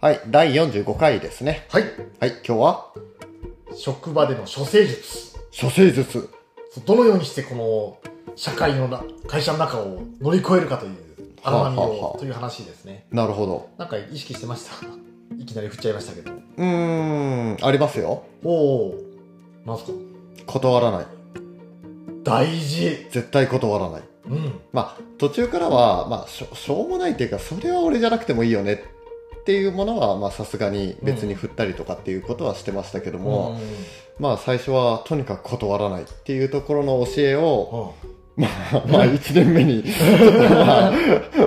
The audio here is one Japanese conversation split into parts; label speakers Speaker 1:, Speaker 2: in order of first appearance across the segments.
Speaker 1: はい、第45回ですね。
Speaker 2: はい。
Speaker 1: はい、今日は、
Speaker 2: 職場での処世術。
Speaker 1: 処世術。
Speaker 2: どのようにしてこの社会のな会社の中を乗り越えるかという荒波
Speaker 1: はあはあは
Speaker 2: を
Speaker 1: あ
Speaker 2: という話ですね。
Speaker 1: なるほど。
Speaker 2: なんか意識してましたいきなり振っちゃいましたけど。
Speaker 1: うーん、ありますよ。
Speaker 2: おお。なんすか
Speaker 1: 断らない。
Speaker 2: 大事。
Speaker 1: 絶対断らない。
Speaker 2: うん。
Speaker 1: まあ、途中からは、まあしょ、しょうもないっていうか、それは俺じゃなくてもいいよねっていうものは、まあ、さすがに別に振ったりとかっていうことはしてましたけども、
Speaker 2: うん
Speaker 1: まあ、最初はとにかく断らないっていうところの教えを、
Speaker 2: は
Speaker 1: まあ、まあ、1年目に、ちょっとまあ、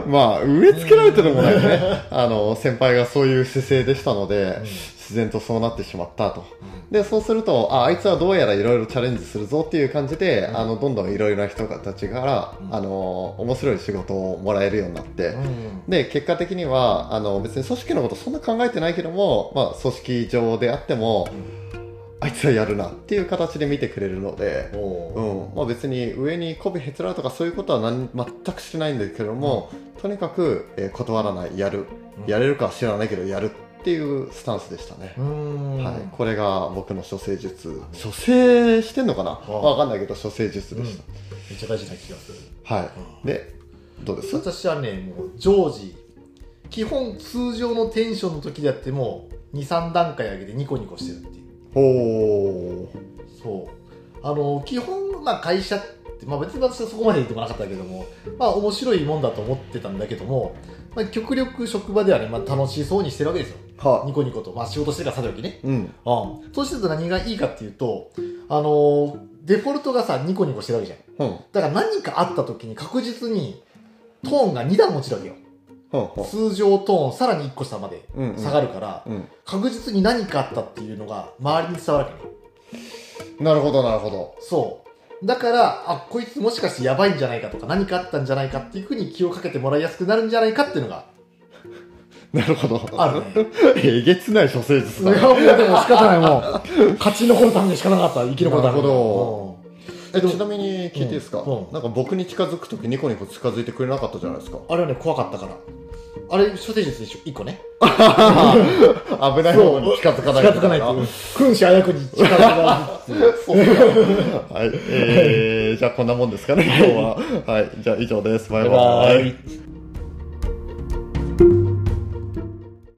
Speaker 1: まあ、植え付けられてるもないですね。あの、先輩がそういう姿勢でしたの
Speaker 2: あ
Speaker 1: で
Speaker 2: うん、
Speaker 1: 自然とそうなってしまったと。で、そうすると、あ、あいつはどうやらいろいろチャレンジするぞっていう感じで、
Speaker 2: うん
Speaker 1: あの、どんどんいろいろな人たちから、
Speaker 2: うん
Speaker 1: あの、面白い仕事をもらえるようになって、
Speaker 2: うん
Speaker 1: で、結果的には、あの、別に組織のことそんな考えてないけども、まあ、組織上であっても、あいつはやるなっていう形で見てくれるので、う
Speaker 2: おー
Speaker 1: ん、まあ別に上に媚びへつらうとかそういうことは何全くしてないんだけども、とにかく、えー断らない、やる、
Speaker 2: うん
Speaker 1: やれるかは知らないけど、やるっていうスタンスでしたね。
Speaker 2: うん
Speaker 1: はい、これが僕の処世術処世してんのかな
Speaker 2: あ
Speaker 1: わかんないけど処世術でした、
Speaker 2: めっちゃ大事な気がする。
Speaker 1: は
Speaker 2: うん
Speaker 1: いでどうです
Speaker 2: 私はねもう常時基本通常のテンションの時でやっても23段階上げてニコニコしてるっていう
Speaker 1: おお
Speaker 2: そうあの基本、まあ、会社って、まあ、別に私はそこまで言ってもなかったけどもまあ面白いもんだと思ってたんだけども、まあ、極力職場ではね、まあ、楽しそうにしてるわけですよ
Speaker 1: は
Speaker 2: ニコニコと、まあ、仕事してるからさておきね、
Speaker 1: うん
Speaker 2: うん、そうしてると何がいいかっていうとあのデフォルトがさニコニコしてるわけじゃん
Speaker 1: うんうん
Speaker 2: だから何かあった時に確実にトーンが2段落ちるわけよ通常トーンさらに1個下まで
Speaker 1: うんうん
Speaker 2: 下がるから、
Speaker 1: うん
Speaker 2: 確実に何かあったっていうのが周りに伝わるわけね
Speaker 1: なるほどなるほど
Speaker 2: そうだからあこいつもしかしてやばいんじゃないかとか何かあったんじゃないかっていうふうに気をかけてもらいやすくなるんじゃないかっていうのが
Speaker 1: なるほど
Speaker 2: あるね
Speaker 1: えげつない処世術
Speaker 2: いや
Speaker 1: だ
Speaker 2: もうでも仕方ないもう勝ち残るためにしかなかった生き残るために
Speaker 1: なるほ
Speaker 2: うん
Speaker 1: えちなみに聞いていいですか、
Speaker 2: うんうん
Speaker 1: なんか僕に近づく時ニコニコ近づいてくれなかったじゃないですか
Speaker 2: あれはね怖かったからあれ処世術でしょ1個ね
Speaker 1: 危ない方に近づかない
Speaker 2: 近づかないっていう君子危うくに近づかないってい う
Speaker 1: はい、えー、じゃあこんなもんですかね今日ははいじゃあ以上ですバイバイ
Speaker 2: バイバイ